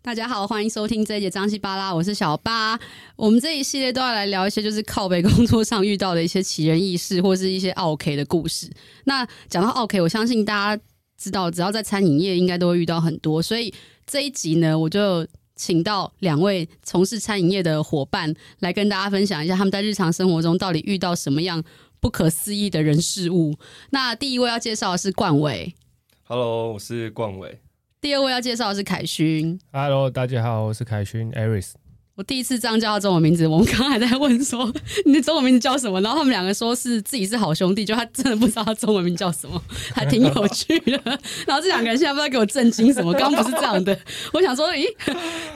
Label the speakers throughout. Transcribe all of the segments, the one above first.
Speaker 1: 大家好，欢迎收听这一节张西巴拉，我是小八。我们这一系列都要来聊一些就是靠北工作上遇到的一些奇人异事，或是一些奥 K 的故事。那讲到奥 K，我相信大家知道，只要在餐饮业，应该都会遇到很多。所以这一集呢，我就请到两位从事餐饮业的伙伴来跟大家分享一下他们在日常生活中到底遇到什么样不可思议的人事物。那第一位要介绍的是冠伟，
Speaker 2: Hello，我是冠伟。
Speaker 1: 第二位要介绍的是凯勋，
Speaker 3: Hello，大家好，我是凯勋 Aris。
Speaker 1: 我第一次这样叫他中文名字，我们刚刚还在问说 你的中文名字叫什么，然后他们两个说是自己是好兄弟，就他真的不知道他中文名叫什么， 还挺有趣的。 然后这两个人现在不知道给我震惊什么，刚刚不是这样的， 我想说，咦，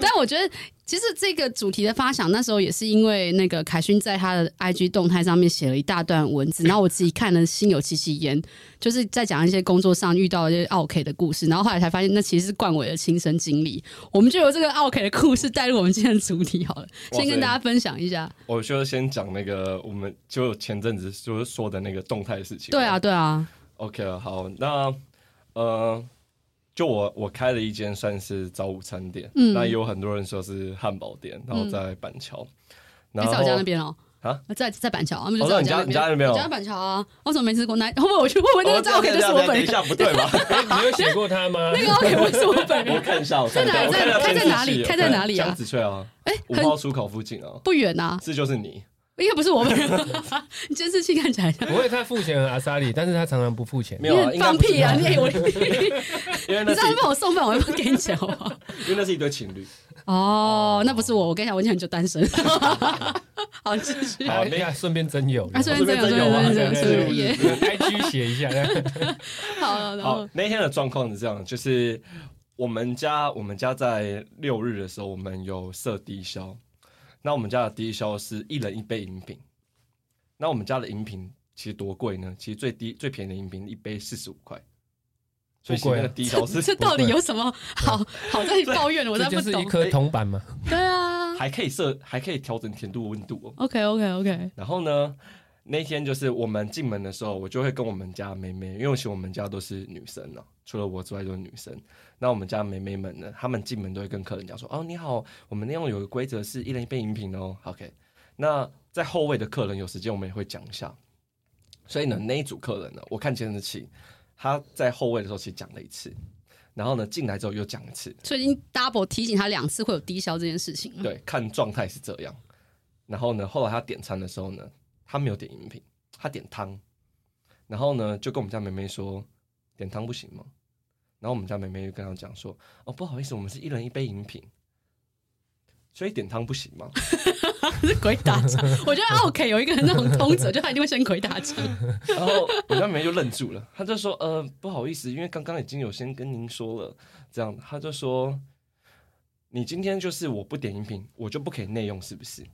Speaker 1: 但我觉得其实这个主题的发想，那时候也是因为那个凯勋在他的 IG 动态上面写了一大段文字，然后我自己看了心有戚戚焉，就是在讲一些工作上遇到一些 OK 的故事，然后后来才发现那其实是冠伟的亲身经历。我们就由这个 OK 的故事带入我们今天的主题好了，
Speaker 2: 哇
Speaker 1: 先跟
Speaker 2: 塞
Speaker 1: 大家分享一下。
Speaker 2: 我就先讲那个，我们就前阵子就是说的那个动态事情。
Speaker 1: 对啊，。对啊，
Speaker 2: OK，好，那呃，就我我开了一间算是早午餐店，
Speaker 1: 嗯
Speaker 2: 那也有很多人说是汉堡店，然后在板桥，
Speaker 1: 你
Speaker 2: 然后
Speaker 1: 在我家那边哦。
Speaker 2: 啊，
Speaker 1: 在在板桥啊，他们就
Speaker 2: 哦
Speaker 1: 在我
Speaker 2: 在你家
Speaker 1: 那边
Speaker 2: 你家那边哦
Speaker 1: 我家板桥啊，我怎么没吃过？那会不会我去问问那个在 OK 就是我本
Speaker 2: 等一
Speaker 1: 人？
Speaker 2: 下不对吧？
Speaker 3: 你有写过他吗？
Speaker 1: 那个 OK 会是我本
Speaker 2: 我
Speaker 1: 人，
Speaker 2: 看一下，我看一
Speaker 1: 在哪
Speaker 2: 下，我看一下
Speaker 1: 在
Speaker 2: 监
Speaker 1: 开
Speaker 2: 视
Speaker 1: 在哪里
Speaker 2: 器
Speaker 1: 开在哪里啊
Speaker 2: 江子翠啊，
Speaker 1: 哎，
Speaker 2: 五
Speaker 1: 很
Speaker 2: 号出口附近啊，
Speaker 1: 不远啊，
Speaker 2: 这就是你。
Speaker 1: 应该不是我 本人。你监视器看起来像。
Speaker 3: 不会，他付钱很阿莎莉，但是他常常不付钱。
Speaker 2: 没
Speaker 1: 你
Speaker 2: 有啊
Speaker 1: 很放屁啊！你我， 你
Speaker 2: 因
Speaker 1: 你
Speaker 2: 为
Speaker 1: 知
Speaker 2: 那是
Speaker 1: 道帮我送饭，我还不给你钱 好不好？
Speaker 2: 因为那是一对情侣。
Speaker 1: 哦，那不是我，我跟你讲，我已经很久单身。 好，继续。
Speaker 3: 好，
Speaker 2: 好
Speaker 3: 那顺便真有。
Speaker 1: 啊，顺便这
Speaker 2: 哦
Speaker 1: 样，
Speaker 2: 顺便真
Speaker 1: 顺
Speaker 2: 有啊
Speaker 1: 便
Speaker 2: 真
Speaker 1: 这
Speaker 2: 有
Speaker 1: 样，顺便耶。
Speaker 3: ，IG 写一下。
Speaker 1: 好，然
Speaker 2: 好
Speaker 1: 后，
Speaker 2: 那天的状况是这样，就是我们家我们家在六日的时候，我们有设低消。那我们家的低消是一人一杯饮品。那我们家的饮品其实多贵呢？其实最低最便宜的饮品一杯四十五块，所以
Speaker 3: 不贵啊
Speaker 2: 那个低消 是
Speaker 1: 这到底有什么好好在抱怨的？我
Speaker 3: 这
Speaker 1: 真的
Speaker 3: 就
Speaker 1: 不
Speaker 3: 是一
Speaker 1: 懂。
Speaker 3: 颗铜板嘛。
Speaker 1: 对啊
Speaker 2: 还可以设还可以调整甜度温度哦。
Speaker 1: ，OK OK OK，
Speaker 2: 然后呢，那天就是我们进门的时候，我就会跟我们家妹妹，因为其实我们家都是女生呢、除了我之外都是女生。那我们家妹妹们呢，她们进门都会跟客人讲说：“哦，你好，我们那样有个规则是一人一杯饮品哦。”OK，那在后位的客人有时间我们也会讲一下。所以呢，那一组客人呢，我看监视器，他在后位的时候其实讲了一次，然后呢进来之后又讲一次，
Speaker 1: 所以已经 double 提醒他两次会有低消这件事情了。
Speaker 2: 对，看状态是这样。然后呢，后来他点餐的时候呢，他没有点饮品，他点汤。然后呢，就跟我们家妹妹说，点汤不行吗？然后我们家妹妹就跟他讲说，哦，不好意思，我们是一人一杯饮品，所以点汤不行吗？
Speaker 1: 是鬼打墙。我觉得 OK 有一个那种通则，就他一定会先鬼打墙。
Speaker 2: 然后我家妹妹就愣住了，她就说：“呃，不好意思，因为刚刚已经有先跟您说了，这样。”她就说：“你今天就是我不点饮品，我就不可以内用，是不是？”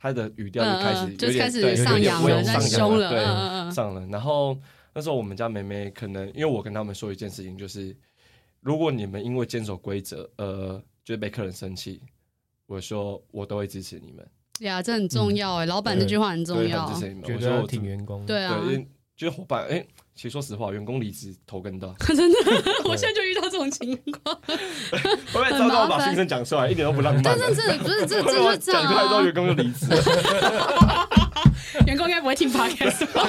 Speaker 2: 她的语调就开始
Speaker 1: 嗯嗯
Speaker 2: 有
Speaker 1: 就
Speaker 2: 点、
Speaker 1: 开始
Speaker 2: 对有
Speaker 3: 上
Speaker 2: 点
Speaker 3: 扬
Speaker 2: 微
Speaker 3: 了
Speaker 2: 上
Speaker 3: 在
Speaker 2: 扬
Speaker 1: 凶了
Speaker 2: 对，
Speaker 1: 嗯嗯嗯
Speaker 2: 上了。然后那时候我们家妹妹可能因为我跟他们说一件事情，就是如果你们因为坚守规则，呃，就是被客人生气，我说我都会支持你们，
Speaker 1: 呀，这很重要哎，老板这句话很重
Speaker 2: 对，
Speaker 1: 要
Speaker 2: 很支。持你们。
Speaker 3: 觉
Speaker 2: 我说
Speaker 3: 得
Speaker 2: 我
Speaker 3: 挺员工。
Speaker 1: 对啊，
Speaker 2: 对，因为就是伙伴，哎、其实说实话，员工离职头更大，
Speaker 1: 真的，我现在就遇到这种情况。
Speaker 2: 会不会糟糕？把心声讲出来，一点都不浪漫。
Speaker 1: 但是这不是这这
Speaker 2: 会不
Speaker 1: 就
Speaker 2: 会
Speaker 1: 是这
Speaker 2: 讲
Speaker 1: 样
Speaker 2: 出来之后，
Speaker 1: 啊
Speaker 2: 员！工就离职？
Speaker 1: 员工应该不会听 podcast，吧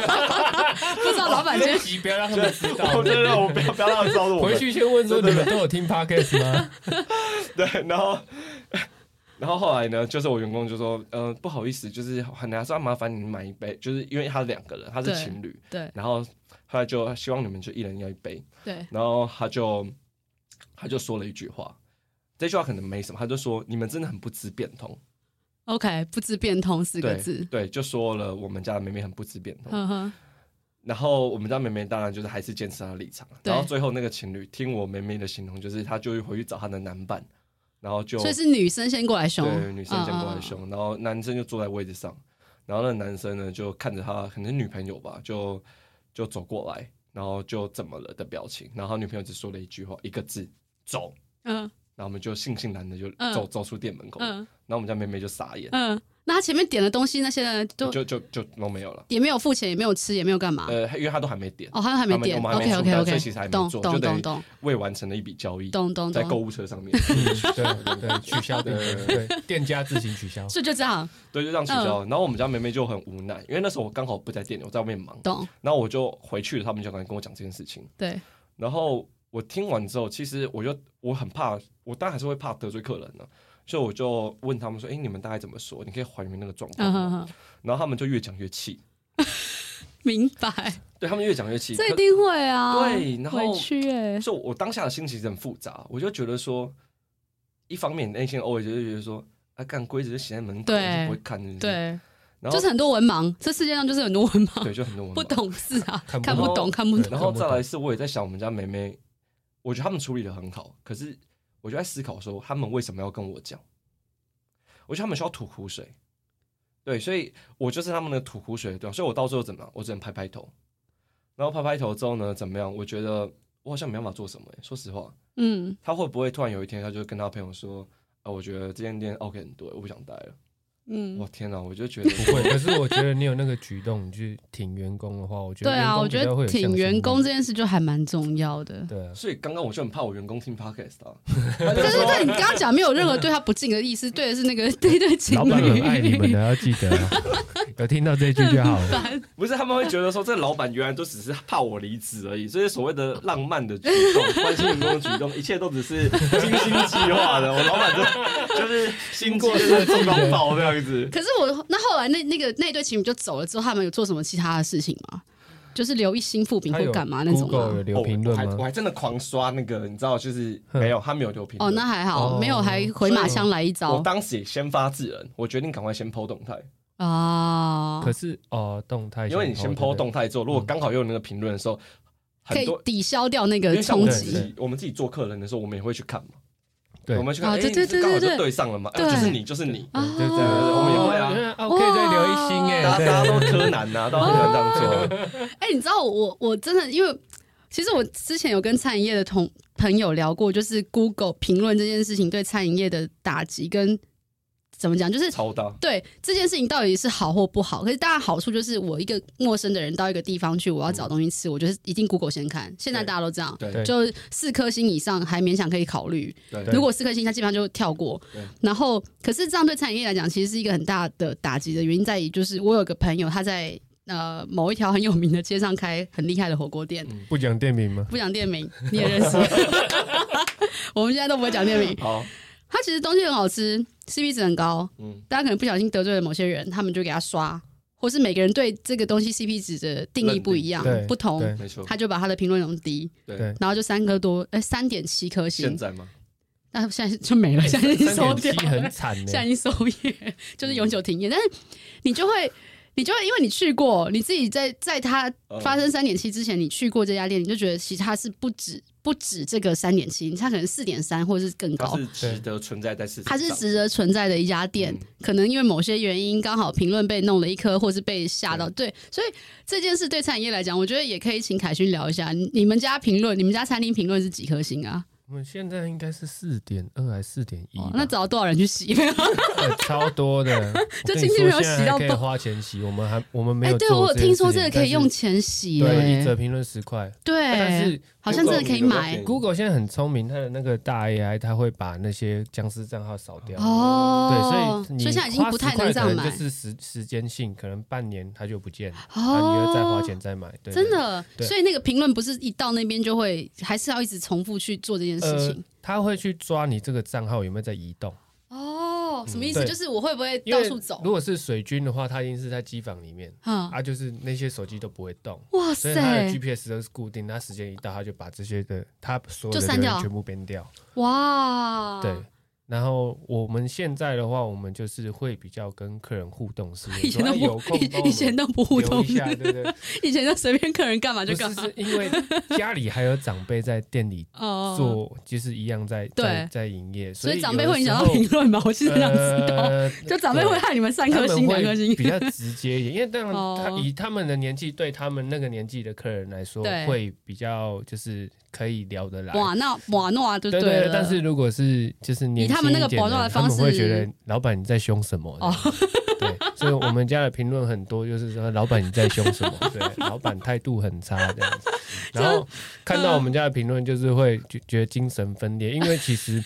Speaker 1: 不知道老板今
Speaker 3: 这
Speaker 1: 天
Speaker 3: 一集不要让他们知
Speaker 2: 我
Speaker 3: 道。
Speaker 2: 真的，我不要不要让他知道是我
Speaker 3: 回
Speaker 2: 们。
Speaker 3: 去先问说你们都有听 Podcast 吗？
Speaker 2: 对，然后。然后后来呢，就是我员工就说，呃，不好意思，就是很还是要麻烦你们买一杯，就是因为他是两个人，他是
Speaker 1: 对
Speaker 2: 情侣，
Speaker 1: 对
Speaker 2: 然后后来就希望你们就一人要一杯，
Speaker 1: 对
Speaker 2: 然后他就他就说了一句话，这句话可能没什么，他就说你们真的很不知变通，
Speaker 1: ，OK，不知变通四个
Speaker 2: 对
Speaker 1: 字。
Speaker 2: 对，就说了我们家的妹妹很不知变通。
Speaker 1: 呵呵，
Speaker 2: 然后我们家妹妹当然就是还是坚持她的立场。啊
Speaker 1: 对
Speaker 2: 然后最后那个情侣听我妹妹的形容，就是她就会回去找她的男伴，然后就
Speaker 1: 所以是女生先过来凶，
Speaker 2: 对女生先过来
Speaker 1: 嗯。嗯嗯
Speaker 2: 凶，然后男生就坐在位置上，然后那个男生呢就看着他可能是女朋友吧，就就走过来，然后就怎么了的表情，然后他女朋友只说了一句话，一个字走。
Speaker 1: 嗯
Speaker 2: 然后我们就悻悻然的就
Speaker 1: 嗯
Speaker 2: 走、走出店门口，
Speaker 1: 嗯
Speaker 2: 然后我们家妹妹就傻眼，
Speaker 1: 嗯，那他前面点的东西那些人都啊
Speaker 2: 就就就都没有了。
Speaker 1: 也没有付钱，也没有吃，也没有干嘛。
Speaker 2: 呃，因为他都还没点，
Speaker 1: 哦，他还没点
Speaker 2: 他们我们还
Speaker 1: ，OK
Speaker 2: 没
Speaker 1: OK
Speaker 2: 出所以其实
Speaker 1: OK，
Speaker 2: 还没
Speaker 1: 懂
Speaker 2: 做
Speaker 1: 懂
Speaker 2: 就等
Speaker 1: 懂
Speaker 2: 于
Speaker 1: 懂
Speaker 2: 未完成的一笔交易，
Speaker 1: 懂懂
Speaker 2: 在购
Speaker 1: 懂，
Speaker 2: 物车上面，
Speaker 3: 对对，取消的，对，店家自行取消。
Speaker 1: 所以就这样，
Speaker 2: 对，就这样取
Speaker 1: 嗯
Speaker 2: 消。然后我们家梅梅就很无奈，因为那时候我刚好不在店里，我在外面忙，
Speaker 1: 懂
Speaker 2: 然后我就回去了，他们就赶紧跟我讲这件事情。
Speaker 1: 对，
Speaker 2: 然后我听完之后，其实我就我很怕，我当然还是会怕得罪客人呢、所以我就问他们说：“哎，你们大概怎么说？你可以还原那个状况
Speaker 1: 嗯哼
Speaker 2: 吗。
Speaker 1: 哼，
Speaker 2: 然后他们就越讲越气，
Speaker 1: 明白，
Speaker 2: 对他们越讲越气。
Speaker 1: 这一
Speaker 2: 可
Speaker 1: 定会啊，
Speaker 2: 对然后
Speaker 1: 委屈哎，
Speaker 2: 就我当下的心情其实很复杂，我就觉得说，一方面内心偶尔就是觉得说，啊，干规则就写在门口，
Speaker 1: 对
Speaker 2: 我就不会看，是不是，
Speaker 1: 对，
Speaker 2: 然后
Speaker 1: 就是很多文盲，这世界上就是很多文盲，
Speaker 2: 对，就很多 文
Speaker 1: 不
Speaker 2: 盲。
Speaker 1: 懂事啊，
Speaker 3: 看不
Speaker 1: 看不
Speaker 2: 懂
Speaker 1: 懂，看 不懂，
Speaker 2: 然后
Speaker 3: 看不
Speaker 2: 再
Speaker 3: 懂
Speaker 2: 来是，我也在想我们家梅梅，我觉得他们处理的很好，可是我就在思考说，他们为什么要跟我讲？我觉得他们需要吐苦水，对，所以我就是他们的吐苦水的对象所以我到最后怎么样？我只能拍拍头，然后拍拍头之后呢，怎么样？我觉得我好像没办法做什么、欸说实话，
Speaker 1: 嗯，
Speaker 2: 他会不会突然有一天，他就跟他朋友说：“啊，我觉得这间店 OK 很多，我不想待了。我
Speaker 1: 嗯，
Speaker 2: 天哪，我就觉得
Speaker 3: 不会，可是我觉得你有那个举动，你去挺员工的话，我觉得
Speaker 1: 对啊，我
Speaker 3: 员工比
Speaker 1: 觉
Speaker 3: 较会
Speaker 1: 得
Speaker 3: 有向
Speaker 1: 挺
Speaker 3: 心
Speaker 1: 员
Speaker 3: 力
Speaker 1: 工这件事就还蛮重要的。
Speaker 3: 对 啊，
Speaker 2: 所以刚刚我就很怕我员工听 podcast 啊，他就
Speaker 1: 但是
Speaker 2: 说
Speaker 1: 但你刚刚讲没有任何对他不敬的意思，对的是那个对对情
Speaker 3: 老
Speaker 1: 侣，
Speaker 3: 板很爱你们的，要记 得啊，有听到这一句就好了。
Speaker 2: 不是，他们会觉得说这老板原来都只是怕我离职而已，这些所谓的浪漫的举动、关心员工的举动，一切都只是精心计划的。我老板就就是心过就是 中高爆这样子。
Speaker 1: 可是我那后来那那个那对情侣就走了之后，他们有做什么其他的事情吗？就是留一心腹饼
Speaker 3: 他
Speaker 1: 或
Speaker 3: 有
Speaker 1: 干嘛那种啊
Speaker 3: Google 有
Speaker 1: 吗？
Speaker 3: 留评论
Speaker 2: 哦我还我
Speaker 3: 吗？
Speaker 2: 还真的狂刷那个，你知道，就是
Speaker 3: 哼
Speaker 2: 没有，他没有留评
Speaker 1: 哦，
Speaker 2: 论。
Speaker 1: 那还好，
Speaker 3: 哦
Speaker 1: 没有还回马枪来一
Speaker 2: 我
Speaker 1: 招
Speaker 2: 当时也先发制人，我决定赶快先剖动态，
Speaker 1: 啊
Speaker 3: 可，是哦，动态
Speaker 2: 因为你先剖
Speaker 3: 抛
Speaker 2: 动态之后，
Speaker 3: 嗯
Speaker 2: 如果刚好又有那个评论的时候，
Speaker 1: 可
Speaker 2: 很
Speaker 1: 以
Speaker 2: 多。
Speaker 1: 抵消掉那
Speaker 2: 因
Speaker 1: 个
Speaker 2: 为像我
Speaker 1: 冲
Speaker 2: 们自
Speaker 3: 对
Speaker 1: 击。
Speaker 2: 己，我们自己做客人的时候，我们也会去看嘛。
Speaker 3: 对
Speaker 2: 我们去看，
Speaker 1: 啊
Speaker 2: 哎，
Speaker 1: 对对
Speaker 2: 你这刚好
Speaker 1: 对
Speaker 2: 就
Speaker 1: 对
Speaker 2: 对上了嘛，哎
Speaker 1: 对
Speaker 2: 就是你，就是你。
Speaker 1: 啊
Speaker 3: 对对对，
Speaker 2: 对我们也会啊
Speaker 3: 啊，
Speaker 1: 哦
Speaker 3: 可以再留一
Speaker 2: 大
Speaker 3: 星哎，
Speaker 2: 家
Speaker 3: 对
Speaker 2: 大家都柯南 呐、啊，大家都喜欢这样做。
Speaker 1: 哎、你知道我我真的因为，其实我之前有跟餐饮业的同朋友聊过，就是 Google 评论这件事情对餐饮业的打击跟怎么讲，就是
Speaker 2: 超大，
Speaker 1: 对这件事情到底是好或不好。可是当然好处就是，我一个陌生的人到一个地方去，我要找东西吃，我就是一定 Google 先看。现在
Speaker 2: 对
Speaker 1: 大家都这样。
Speaker 2: 对
Speaker 1: 就四颗星以上还勉强可以考虑，
Speaker 2: 对
Speaker 1: 如果四颗星，它基本上就跳过
Speaker 2: 对。
Speaker 1: 然后，可是这样对餐饮业来讲，其实是一个很大的打击的原因在于，就是我有个朋友，他在呃某一条很有名的街上开很厉害的火锅店，
Speaker 2: 嗯
Speaker 3: 不讲店名吗？
Speaker 1: 不讲店名 你也认识，我们现在都不会讲店名。
Speaker 2: 好，
Speaker 1: 他其实东西很好吃，CP 值很高，
Speaker 2: 嗯，
Speaker 1: 大家可能不小心得罪了某些人，他们就给他刷，或是每个人对这个东西 CP 值的定义不一样
Speaker 3: 认定对、
Speaker 1: 不同，
Speaker 3: 对
Speaker 2: 没错，
Speaker 1: 他就把他的评论弄低，
Speaker 2: 对
Speaker 3: 对，
Speaker 1: 然后就三颗多，哎，三点七颗星
Speaker 2: 现。在吗？
Speaker 1: 那现在就没了，现在已经收
Speaker 3: 三
Speaker 1: 掉
Speaker 3: 点七很欸
Speaker 1: 了，
Speaker 3: 惨
Speaker 1: 现在
Speaker 3: 呢，
Speaker 1: 已经收业，就是永久停业。但是你就会，你就会因为你去过，你自己在在它
Speaker 3: 嗯
Speaker 1: 发生三点七之前，你去过这家店，你就觉得其实它是不止不止这个三点七，它可能四点三或者是更
Speaker 2: 它
Speaker 1: 高。
Speaker 2: 是值得存在在市
Speaker 1: 它
Speaker 2: 场上，
Speaker 1: 是值得存在的一家店，
Speaker 2: 嗯
Speaker 1: 可能因为某些原因，刚好评论被弄了一颗，或是被吓
Speaker 3: 嗯
Speaker 1: 到。对，所以这件事对餐饮业来讲，我觉得也可以请凯勋聊一下。你你们家评论，你们家餐厅评论是几颗星啊？
Speaker 3: 我们现在应该是四点二还是四点一？啊
Speaker 1: 哦、那找到多少人去洗？，
Speaker 3: 呃超多的
Speaker 1: 就
Speaker 3: 我跟你
Speaker 1: 亲戚
Speaker 3: 说
Speaker 1: 没有
Speaker 3: 现在
Speaker 1: 洗到
Speaker 3: 还可以
Speaker 1: 爆
Speaker 3: 花钱洗，我们还我们没
Speaker 1: 哎，
Speaker 3: 有。
Speaker 1: 对我有听说这个可以用，钱
Speaker 3: 但
Speaker 1: 洗、
Speaker 3: 是对，
Speaker 1: 哎
Speaker 3: 一则评论十块。但
Speaker 1: 对，
Speaker 3: 是
Speaker 1: 好像真的可以买
Speaker 3: 哎 Google 现在很聪明，它的那个大 AI，它会把那些僵尸账号扫掉。
Speaker 1: 哦
Speaker 3: 对，，所以你
Speaker 1: 现在已经不太
Speaker 3: 花
Speaker 1: 能
Speaker 3: 10
Speaker 1: 这
Speaker 3: 块可
Speaker 1: 样买
Speaker 3: 就是时时间性，可能半年它就不见了，那你就再花
Speaker 1: 哦，
Speaker 3: 钱再买。对，
Speaker 1: 真的，
Speaker 3: 对
Speaker 1: 所以那个评论不是一到那边就会，还是要一直重复去做这件
Speaker 3: 对
Speaker 1: 事
Speaker 3: 呃
Speaker 1: 情。，
Speaker 3: 它会去抓你这个账号有没有在移动。
Speaker 1: 哦，什么意思？
Speaker 3: 呃对
Speaker 1: 就是我会不会
Speaker 3: 因
Speaker 1: 到
Speaker 3: 为
Speaker 1: 处走
Speaker 3: 如？果是水军的话，它一定是在机房里面，
Speaker 1: 啊，
Speaker 3: 啊，就是那些手机都不会动。
Speaker 1: 哇
Speaker 3: 所以它的
Speaker 1: 塞，
Speaker 3: GPS 都是固定，它时间一到，它就把这些的它所有
Speaker 1: 就
Speaker 3: 的
Speaker 1: 删
Speaker 3: 人
Speaker 1: 掉
Speaker 3: 全部编掉。
Speaker 1: 哇，
Speaker 3: 对，，然后我们现在的话，我们就是会比较跟客人互动式的，
Speaker 1: 以前
Speaker 3: 说
Speaker 1: 都
Speaker 3: 哎有空帮我
Speaker 1: 不，
Speaker 3: 们
Speaker 1: 以前都不互
Speaker 3: 留
Speaker 1: 动
Speaker 3: 一，下，对对，
Speaker 1: 以前就随便客人干嘛
Speaker 3: 不
Speaker 1: 就干
Speaker 3: 是
Speaker 1: 嘛
Speaker 3: 是。因为家里还有长辈在店里
Speaker 1: 哦，
Speaker 3: 做，就是一样在在
Speaker 1: 对
Speaker 3: 在营业，
Speaker 1: 所
Speaker 3: 以
Speaker 1: 以
Speaker 3: 有
Speaker 1: 长辈
Speaker 3: 的
Speaker 1: 会影
Speaker 3: 时
Speaker 1: 响到
Speaker 3: 候
Speaker 1: 评论吗？我是这样知道，
Speaker 3: 呃
Speaker 1: 就长辈会害你们三颗星、
Speaker 3: 他
Speaker 1: 两
Speaker 3: 们
Speaker 1: 颗
Speaker 3: 会
Speaker 1: 星
Speaker 3: 比。较直接一点，因为当然
Speaker 1: 哦
Speaker 3: 他以他们的年纪，对他们那个年纪的客人来说
Speaker 1: 对，
Speaker 3: 会比较就是可以聊得来。
Speaker 1: 瓦纳瓦诺就
Speaker 3: 对
Speaker 1: 了，
Speaker 3: 但是如果是就是年轻一点
Speaker 1: 以他们那个保暖的
Speaker 3: 的
Speaker 1: 方式
Speaker 3: 他们会觉得老板你在凶什么？
Speaker 1: 哦
Speaker 3: 对，所以我们家的评论很多，就是说老板你在凶 什么？对，老板态度很差这样子。然
Speaker 1: 嗯
Speaker 3: 后看到我们家的评论，就是会觉觉得精神分裂，因为 其实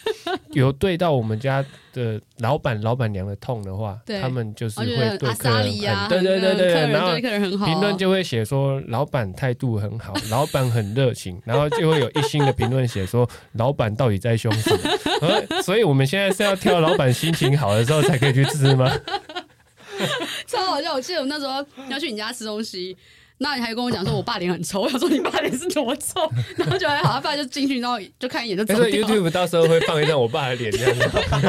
Speaker 3: 有对到我们家的老板、老板娘的痛的话，
Speaker 1: 对
Speaker 3: 他们就是
Speaker 1: 我觉
Speaker 3: 会
Speaker 1: 得
Speaker 3: 对
Speaker 1: 阿
Speaker 3: 客
Speaker 1: 莎
Speaker 3: 人
Speaker 1: 莉呀，
Speaker 3: 很，对对对
Speaker 1: 嗯客
Speaker 3: 对，对然
Speaker 1: 人
Speaker 3: 后
Speaker 1: 对客人很好，
Speaker 3: 评论就会写说老板态度很好， 老板很热情，然后就会有一星的评论写说老板到底在凶什么？ 呃所以我们现在是要挑老板心情好的时候才可以去吃 吗？
Speaker 1: 超好笑！我记得我那时候要去你家吃东西，那你还跟我讲说我爸脸很臭，我想说你爸脸是多臭，然后就还好，他爸就进去然后就看一眼就走
Speaker 3: 但是
Speaker 1: 掉，
Speaker 3: 哎 YouTube 到时候会放一张我爸的脸这样子，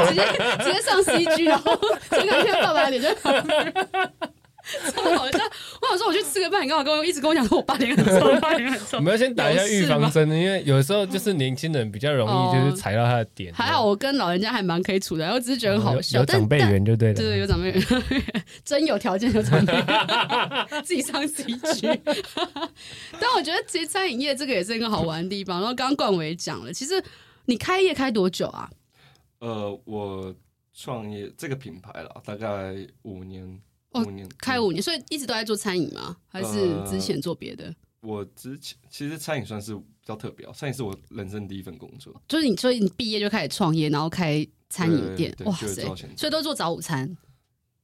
Speaker 1: 直接直接上 CG，然后整个看爸爸的脸就在旁边。超好笑！我想说我去吃个饭，你刚好跟我一直跟我讲说我爸脸很臭，我爸脸很
Speaker 3: 我
Speaker 1: 臭。
Speaker 3: 们要先打一下预
Speaker 1: 有
Speaker 3: 防
Speaker 1: 事
Speaker 3: 针，因为有时候就是年轻人比较容易就是踩到他的点。
Speaker 1: 还好我跟老人家还蛮可以处的，我只是觉得很好
Speaker 3: 有
Speaker 1: 笑。
Speaker 3: 有
Speaker 1: 但
Speaker 3: 长辈缘就对了。
Speaker 1: 对，有长辈 缘，真有条件有长辈缘，自己上 CG。但我觉得其实餐饮业这个也是一个好玩的地方。然后刚刚冠伟也讲了，其实你开业开多久啊？
Speaker 2: 呃，我创业这个品牌了，大概五年，
Speaker 1: 哦
Speaker 2: 五年
Speaker 1: 开
Speaker 2: 嗯
Speaker 1: 五年，所以一直都在做餐饮吗？还是
Speaker 3: 呃
Speaker 1: 之前做别的？
Speaker 2: 我之前其实餐饮算是比较特别哦，餐饮是我人生第一份工作，
Speaker 1: 就是你，所以你毕业就开始创业，然后开餐饮店，
Speaker 2: 对对对
Speaker 1: 哇
Speaker 2: 就是
Speaker 1: 塞
Speaker 2: 做前！
Speaker 1: 所以都做早午餐。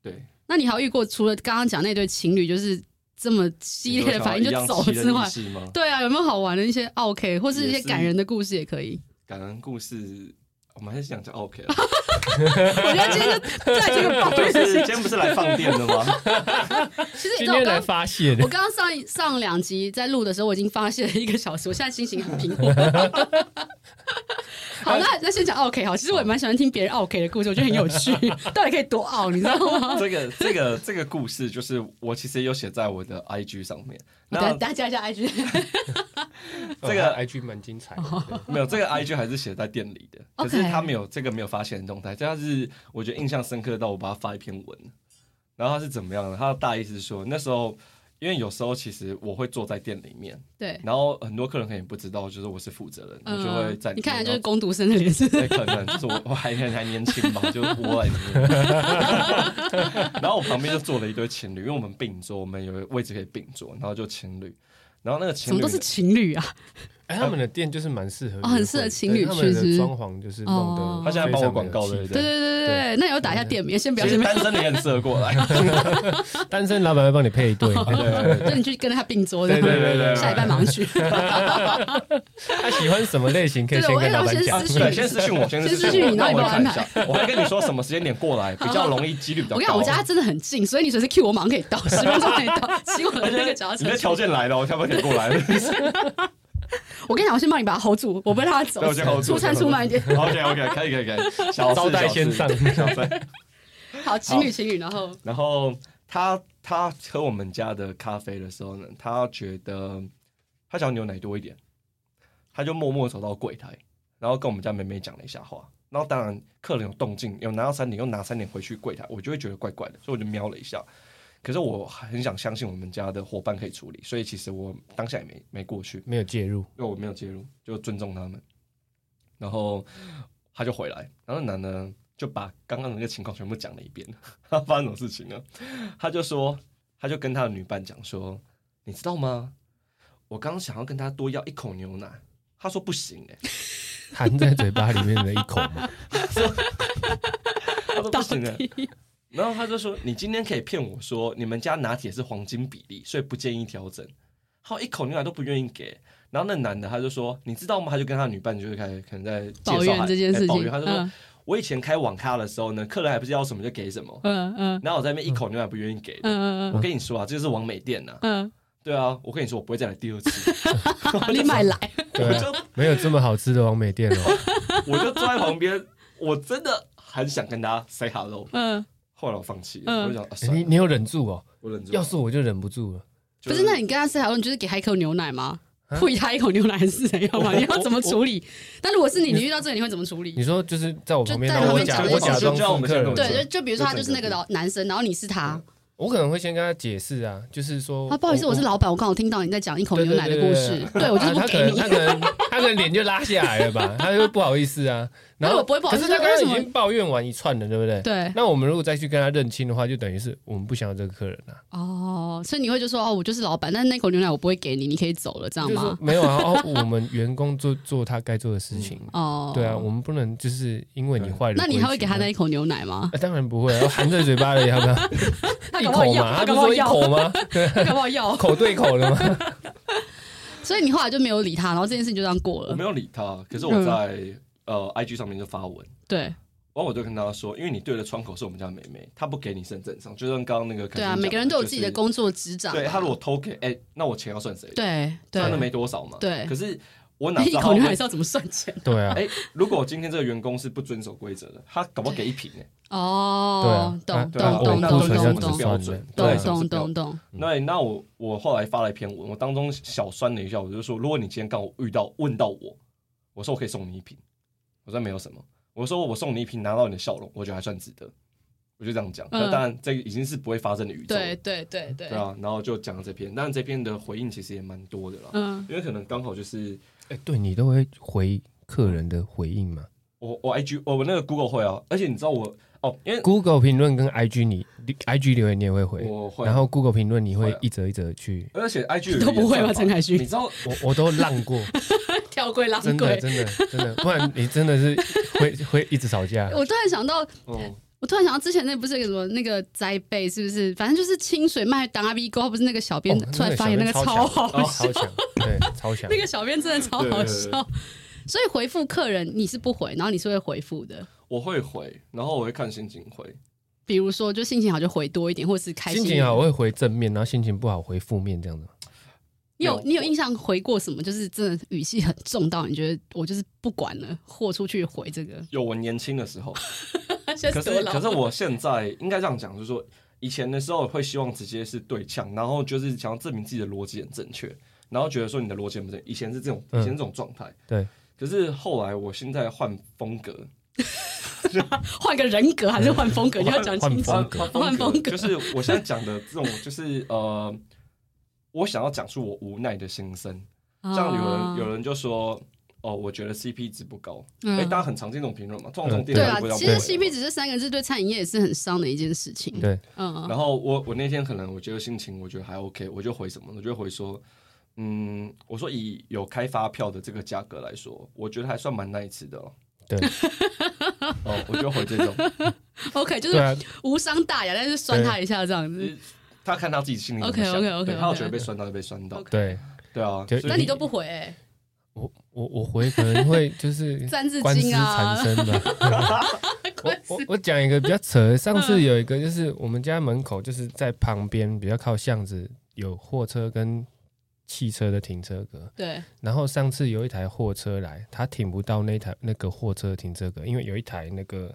Speaker 2: 对，
Speaker 1: 那你还有遇过除了刚刚讲那对情侣，就是这么激烈的反应就走
Speaker 2: 你说想要一
Speaker 1: 之
Speaker 2: 样
Speaker 1: 外，
Speaker 2: 吸人意识吗？
Speaker 1: 对啊，有没有好玩的一些啊 OK 或是一
Speaker 2: 也
Speaker 1: 些
Speaker 2: 是
Speaker 1: 感人的故事也可以？
Speaker 2: 感人故事，我们还是讲讲哦 OK 啦。
Speaker 1: 我觉得今 天就啊在这个抱
Speaker 2: 就
Speaker 1: 怨
Speaker 2: 是
Speaker 1: 的
Speaker 2: 今
Speaker 1: 心。
Speaker 2: 天不是来放电 的吗？
Speaker 1: 其实你知
Speaker 3: 今
Speaker 1: 道我
Speaker 3: 天来
Speaker 1: 刚
Speaker 3: 发泄的
Speaker 1: 我，刚刚上一上两集在录的时候，我已经发泄了一个小时，我现在心情很平和。 好，那那先讲 OK 好，其实我也蛮喜欢听别人 OK 的故事，我觉得很有趣， 到底可以多 o 你知道吗？
Speaker 2: 这个这个这个故事，就是我其实也有写在我的 IG 上面。
Speaker 1: 我
Speaker 2: 那
Speaker 1: 等大家加一下 IG
Speaker 2: 这个
Speaker 3: 哦 IG 蛮精彩的。
Speaker 1: 哦
Speaker 3: 对
Speaker 2: 没有这个 IG 还是写在店里的，可
Speaker 1: OK
Speaker 2: 是他没有这个没有发现的动态，这他是我觉得印象深刻到我把它发一篇文，然后他是怎么样的？他的大意是说那时候。因为有时候其实我会坐在店里面，
Speaker 1: 对，
Speaker 2: 然后很多客人可能也不知道，就是我是负责人，我就会在
Speaker 1: 嗯你看起来
Speaker 2: 来
Speaker 1: 就是工读生的脸是不是
Speaker 2: 对，可能就是我我还很还年轻嘛，就我很年轻。 然后我旁边就坐了一对情侣，因为我们并桌，我们有位置可以并桌，然后就情侣。然后那个
Speaker 1: 怎
Speaker 2: 情
Speaker 1: 么
Speaker 2: 侣
Speaker 1: 都是情侣啊？
Speaker 3: 哎，他们的店就是蛮适合约会
Speaker 1: 哦
Speaker 3: 的，
Speaker 1: 很适合情侣
Speaker 3: 对他
Speaker 1: 去
Speaker 3: 们
Speaker 1: 是不是
Speaker 3: 的装潢就是弄
Speaker 1: 哦
Speaker 3: 得，
Speaker 2: 他现在帮我广告对不
Speaker 3: 对？
Speaker 1: 对对对对，那也要打一下店名，先不要
Speaker 2: 其
Speaker 1: 先
Speaker 2: 实
Speaker 1: 不要，
Speaker 2: 单身的也很适合过来，
Speaker 3: 单身老板会帮你配 一对，
Speaker 2: 对对对
Speaker 1: 就你去跟他并桌，
Speaker 3: 对对对对
Speaker 1: 下礼拜忙去。
Speaker 3: 他喜欢什么类型可以先跟老板
Speaker 1: 对我
Speaker 3: 讲
Speaker 1: 也。
Speaker 2: 对，先私讯我，先
Speaker 1: 先私
Speaker 2: 私
Speaker 1: 讯
Speaker 2: 讯
Speaker 1: 你
Speaker 2: 我，那
Speaker 1: 然后
Speaker 2: 我
Speaker 1: 你
Speaker 2: 会
Speaker 1: 帮我
Speaker 2: 看一下，我会跟你说什么时间点过来比较容易，几率比较
Speaker 1: 我跟你
Speaker 2: 高。
Speaker 1: 讲，我家真的很近，所以你随时 Q 我马上可以到，十分钟可以到，骑我的那个脚踏
Speaker 2: 你
Speaker 1: 车
Speaker 2: 的
Speaker 1: 去。
Speaker 2: 条件来了，我看不可以过来。
Speaker 1: 我跟你讲，我先帮你把它 hold 住，我不会让它走
Speaker 2: 对，我先 hold 住
Speaker 1: 出餐出慢一点。
Speaker 2: OK OK，可以可以可以，小事
Speaker 3: 招待
Speaker 2: 小事
Speaker 3: 先上
Speaker 2: 小事。
Speaker 1: 好，情侣情侣，然后
Speaker 2: 然后他他喝我们家的咖啡的时候呢，他觉得他想要牛奶多一点，他就默默走到柜台，然后跟我们家妹妹讲了一下话。然后当然客人有动静，有拿到餐点，又拿餐点回去柜台，我就会觉得怪怪的，所以我就瞄了一下。可是我很想相信我们家的伙伴可以处理，所以其实我当下也没没过去。
Speaker 3: 没有介入，
Speaker 2: 因为我没有介入，就尊重他们。然后他就回来，然后那男的就把刚刚的那个情况全部讲了一遍。 他发生什么事情呢？他就说，他就跟他的女伴讲说：“你知道吗？我刚想要跟他多要一口牛奶，他说不行哎、
Speaker 3: 含在嘴巴里面的一口嘛。
Speaker 2: 他说
Speaker 1: 到
Speaker 2: 不行哎、
Speaker 1: 底
Speaker 2: 然后他就说：“你今天可以骗我说你们家拿铁是黄金比例，所以不建议调整。”还有一口牛奶都不愿意给。然后那男的他就说：“你知道吗？”他就跟他女伴就是开始可能在
Speaker 1: 抱
Speaker 2: 介绍
Speaker 1: 怨
Speaker 2: 他
Speaker 1: 这件
Speaker 2: 哎
Speaker 1: 事
Speaker 2: 抱
Speaker 1: 情
Speaker 2: 怨，他就，说：“
Speaker 1: 嗯
Speaker 2: 我以前开网咖的时候呢，客人还不是要什么就给什么，
Speaker 1: 嗯嗯
Speaker 2: 然后我在那边一口牛奶不愿意给。
Speaker 1: 嗯嗯
Speaker 2: 我跟你说啊，这就是王美店呐、
Speaker 1: 嗯
Speaker 2: 对啊，我跟你说，我不会再来第二次。
Speaker 1: 嗯，你买来，
Speaker 3: 对啊、没有这么好吃的王美 店哦。
Speaker 2: 我就坐在旁边，我真的很想跟他 say hello，
Speaker 1: 嗯，
Speaker 2: 后来我放弃
Speaker 1: 嗯
Speaker 2: 了，我就想，啊、
Speaker 3: 哎
Speaker 2: 算
Speaker 3: 你
Speaker 2: 了，
Speaker 3: 你有忍住哦，
Speaker 2: 我忍住了。
Speaker 3: 要是我就忍不住了。
Speaker 2: 就
Speaker 1: 不是，那你跟他吃好了，你就是给他一口牛奶吗？喂他一口牛奶是怎样嘛？
Speaker 3: 我
Speaker 1: 你要怎么处理？但如果是你，你遇到这个你会怎么处理
Speaker 3: 你？说就是在我旁边，
Speaker 1: 就在
Speaker 3: 然后
Speaker 1: 旁边
Speaker 3: 我假
Speaker 1: 讲了一
Speaker 3: 我
Speaker 1: 些
Speaker 3: 假装
Speaker 2: 就让我
Speaker 3: 是
Speaker 2: 们
Speaker 3: 客人
Speaker 2: 先，
Speaker 1: 对，
Speaker 2: 忍
Speaker 1: 就就比如说他就是那个老男生，然后你是他，
Speaker 3: 我可能会先跟他解释啊，就是说
Speaker 1: 啊，不好意思，我是老板，我刚好听到你在讲一口牛奶的故事，对我就是
Speaker 3: 啊
Speaker 1: 不
Speaker 3: 他可
Speaker 1: 给
Speaker 3: 能
Speaker 1: 你
Speaker 3: 他。可能他的脸就拉下来了 吧，他就不好意思啊。
Speaker 1: 那
Speaker 3: 然后
Speaker 1: 我不会不好意思
Speaker 3: 可是他刚
Speaker 1: 为什
Speaker 3: 刚
Speaker 1: 么
Speaker 3: 已经抱怨完一串了，对不对？。
Speaker 1: 对
Speaker 3: 那我们如果再去跟他认清的话，就等于是我们不想要这个客人啊。
Speaker 1: 哦，所以你会就说哦，我就是老板，但是那口牛奶我不会给你，你可以走了，这样
Speaker 3: 就
Speaker 1: 吗
Speaker 3: 是说？没 有啊，哦，我们员工做做他该做的事情。
Speaker 1: 哦，
Speaker 3: 对啊，我们不能就是因为你坏了规矩。
Speaker 1: 那你还会给他那
Speaker 3: 啊？
Speaker 1: 一口牛奶吗？
Speaker 3: 当然不会啊，含在嘴 巴里，要不要？
Speaker 1: 他
Speaker 3: 一
Speaker 1: 搞不好
Speaker 3: 口
Speaker 1: 要，
Speaker 3: 嘛，他不
Speaker 1: 搞
Speaker 3: 是
Speaker 1: 不好
Speaker 3: 说一
Speaker 1: 要，
Speaker 3: 口吗？
Speaker 1: 他搞不好要。
Speaker 3: 口对口的吗？
Speaker 1: 所以你后来就没有理他，然后这件事情就这样过
Speaker 2: 我
Speaker 1: 了
Speaker 2: 没。有理他，可是我在、
Speaker 1: 嗯
Speaker 2: 呃 IG 上面就发文，
Speaker 1: 对
Speaker 2: 然后我就跟他说，因为你对的窗口是我们家妹妹，她不给你是很正常，就像刚刚那个
Speaker 1: 对啊，每个人都有自己的
Speaker 2: 工，
Speaker 1: 工作啊职掌嘛。
Speaker 2: 对他如果偷给，哎、那我钱要算谁？
Speaker 1: 对
Speaker 2: 赚
Speaker 1: 对，
Speaker 2: 的没多少嘛。
Speaker 1: 对
Speaker 2: 可是我哪
Speaker 1: 那
Speaker 2: 知
Speaker 1: 一
Speaker 2: 道
Speaker 1: 口
Speaker 2: 他
Speaker 1: 牛
Speaker 2: 会
Speaker 1: 奶是要怎么算钱？
Speaker 3: 对啊，
Speaker 2: 哎、如果今天这个员工是不遵守规则的，他搞不好给一瓶哎、
Speaker 1: 哦，
Speaker 3: 对啊
Speaker 1: 懂
Speaker 2: 对啊
Speaker 1: 懂
Speaker 2: 我
Speaker 1: 懂
Speaker 2: 那
Speaker 1: 懂
Speaker 2: 我
Speaker 1: 懂
Speaker 2: 不
Speaker 1: 懂
Speaker 2: 是标准，
Speaker 3: 对
Speaker 2: 对
Speaker 3: 啊
Speaker 1: 懂
Speaker 2: 什么
Speaker 1: 懂
Speaker 2: 是标
Speaker 1: 懂
Speaker 2: 准
Speaker 1: 懂。
Speaker 2: 那那我我后来发了一篇文，我当中小酸了一下，我就说，如果你今天刚好遇到问到我，我说我可以送你一瓶，我说没有什么，我说我送你一瓶，拿到你的笑容，我觉得还算值得，我就这样讲。那、
Speaker 1: 嗯
Speaker 2: 当然，这已经是不会发生的宇宙了，
Speaker 1: 对对对对
Speaker 2: 对，啊。然后就讲了这篇，但这篇的回应其实也蛮多的啦，
Speaker 1: 嗯，
Speaker 2: 因为可能刚好就是
Speaker 3: 哎，对你都会回客人的回应吗
Speaker 2: 我我 IG 我我那个 Google 会啊，而且你知道我哦，因为
Speaker 3: ？Google 评论跟 IG 你 IG 留言你也会回，
Speaker 2: 我会，啊
Speaker 3: 然后 Google 评论你
Speaker 2: 会
Speaker 3: 会
Speaker 2: 啊
Speaker 3: 一则一则去，
Speaker 2: 而且 IG 有
Speaker 1: 都
Speaker 2: 一个
Speaker 1: 不会吧
Speaker 2: 算法
Speaker 1: 陈凯勋
Speaker 2: 你知道
Speaker 3: 我我都浪 过，
Speaker 1: 跳柜拉
Speaker 3: 真的
Speaker 1: 柜。
Speaker 3: 真的真的，不然你真的是会会一直吵架。
Speaker 1: 我突然想到，
Speaker 2: 哦，
Speaker 1: 我突然想到之前那不是有个什么那个灾贝，是不是？反正就是清水麦当阿 B 哥，不是那个小编
Speaker 3: 哦
Speaker 1: 出来发言，那
Speaker 3: 那
Speaker 1: 个
Speaker 3: 小
Speaker 1: 超
Speaker 3: 编
Speaker 1: 好
Speaker 3: 强
Speaker 1: 笑，
Speaker 3: 哦超强，对，超强
Speaker 1: 那。个小编真的超好
Speaker 2: 对对
Speaker 1: 笑。所以回复客人你是不回，然后你是会回复的。
Speaker 2: 我会回，然后我会看心情回。
Speaker 1: 比如说，就心情好就回多一点，或是开心。
Speaker 3: 心情好，我会回正面，然后心情不好回负面，这样子。
Speaker 1: 你有
Speaker 2: 没有
Speaker 1: 你有印象回过什么？就是真的语气很重到你觉得我就是不管了，豁出去回这个。
Speaker 2: 有我年轻的 时候，
Speaker 1: 现
Speaker 2: 可
Speaker 1: 在
Speaker 2: 是
Speaker 1: 多老
Speaker 2: 可是我现在应该这样讲，就是说以前的时候会希望直接是对呛，然后就是想要证明自己的逻辑很正确，然后觉得说你的逻辑很不正确。以前是这种，以
Speaker 3: 嗯
Speaker 2: 前这种状态。
Speaker 3: 对。
Speaker 2: 可是后来，我现在换风格，
Speaker 1: 换个人格还是换风格？你要讲清楚。
Speaker 3: 换
Speaker 2: 换
Speaker 3: 风格
Speaker 1: 换风格
Speaker 2: 就是我现在讲的这种，就是呃，我想要讲出我无奈的心声。
Speaker 1: 这
Speaker 2: 像有
Speaker 1: 啊
Speaker 2: 人有人就说，哦，我觉得 CP 值不高，哎、
Speaker 1: 嗯
Speaker 2: 大家很常见这种评论嘛，通常这种
Speaker 3: 嗯
Speaker 2: 电
Speaker 1: 对
Speaker 2: 台
Speaker 1: 啊
Speaker 2: 都不会，这样
Speaker 1: 其实
Speaker 2: 评论
Speaker 1: CP 值这三个字对餐饮业也是很伤的一件事情。
Speaker 3: 对，
Speaker 1: 嗯，
Speaker 2: 然后我我那天可能我觉得心情我觉得还 OK，我就回什么，我就回说，嗯，我说以有开发票的这个价格来说，我觉得还算蛮 nice 的、哦。
Speaker 3: 对
Speaker 2: 哦，我就回这种，
Speaker 1: OK，就
Speaker 3: 对
Speaker 1: 是
Speaker 3: 啊，
Speaker 1: 无伤大雅，但是酸他一下这样
Speaker 2: 就
Speaker 1: 子。
Speaker 2: 是他看他自己心里怎么想
Speaker 1: OK，OK，OK，
Speaker 2: 对
Speaker 1: OK
Speaker 2: 他有觉得被酸到就被酸到
Speaker 1: OK
Speaker 3: 对
Speaker 2: 对啊，
Speaker 3: 就
Speaker 2: 所
Speaker 1: 那
Speaker 2: 以
Speaker 1: 你都不回， 哎
Speaker 3: 我我我回可能会就 是
Speaker 1: 三字
Speaker 3: 官司
Speaker 1: 经啊
Speaker 3: 缠，身吧。 我我我讲一个比较扯的，上
Speaker 1: 嗯
Speaker 3: 次有一个就是我们家门口就是在旁边比较靠巷子有货车跟汽车的停车格，
Speaker 1: 对，
Speaker 3: 然后上次有一台货车来，它停不到那台那个货车停车格，因为有一台那个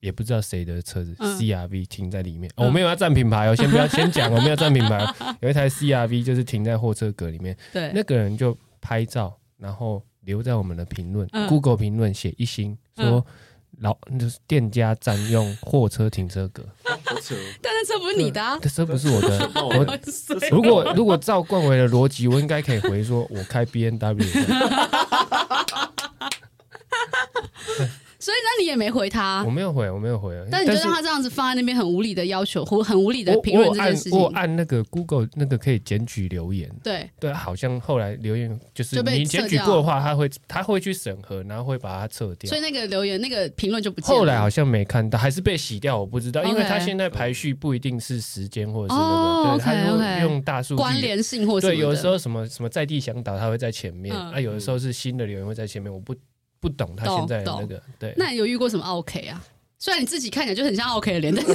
Speaker 3: 也不知道谁的车子、
Speaker 1: 嗯
Speaker 3: CRV 停在里面。
Speaker 1: 嗯
Speaker 3: 哦、我没有要占品牌哦，先不要先讲，我没有占品牌。有一台 CRV 就是停在货车格里面，
Speaker 1: 对，
Speaker 3: 那个人就拍照，然后留在我们的评论、
Speaker 1: 嗯
Speaker 3: g o o g l e 评论写一星说。老就是店家占用货车停车格，
Speaker 2: 好 扯哦，
Speaker 1: 但是这不是你的啊，
Speaker 3: 这这不是我的。
Speaker 2: 哦
Speaker 3: 我如果如果照冠维的逻辑，我应该可以回说，我开 B N W 的。
Speaker 1: 所以那你也没回他
Speaker 3: 我。没有回，我没有回。
Speaker 1: 啊但你就让他这样子放在那边，很无理的要求或很无理的评论
Speaker 3: 我我
Speaker 1: 这件
Speaker 3: 有按
Speaker 1: 事
Speaker 3: 我有
Speaker 1: 情，
Speaker 3: 按那个 Google 那个可以检举留言，
Speaker 1: 对，
Speaker 3: 对，好像后来留言就是
Speaker 1: 就被
Speaker 3: 你检
Speaker 1: 撤
Speaker 3: 举
Speaker 1: 掉
Speaker 3: 过的话，他会他会去审核，然后会把它撤掉
Speaker 1: 所以。那个留言、那个评论就不见了。
Speaker 3: 后来好像没看到，还是被洗掉，我不知道，因为
Speaker 1: OK
Speaker 3: 他现在排序不一定是时间或者是
Speaker 1: 哦
Speaker 3: 那个，对，他
Speaker 1: OK，OK
Speaker 3: 会用大数据
Speaker 1: 关联性或什么的，
Speaker 3: 对，有的时候什么什么在地向导，他会在前面，
Speaker 1: 嗯
Speaker 3: 啊，有的时候是新的留言会在前面，我不不懂他
Speaker 1: 懂
Speaker 3: 现在的那
Speaker 1: 懂
Speaker 3: 个，对，
Speaker 1: 那你有遇过什么 OK 啊？虽然你自己看起来就很像 OK 的脸， 但是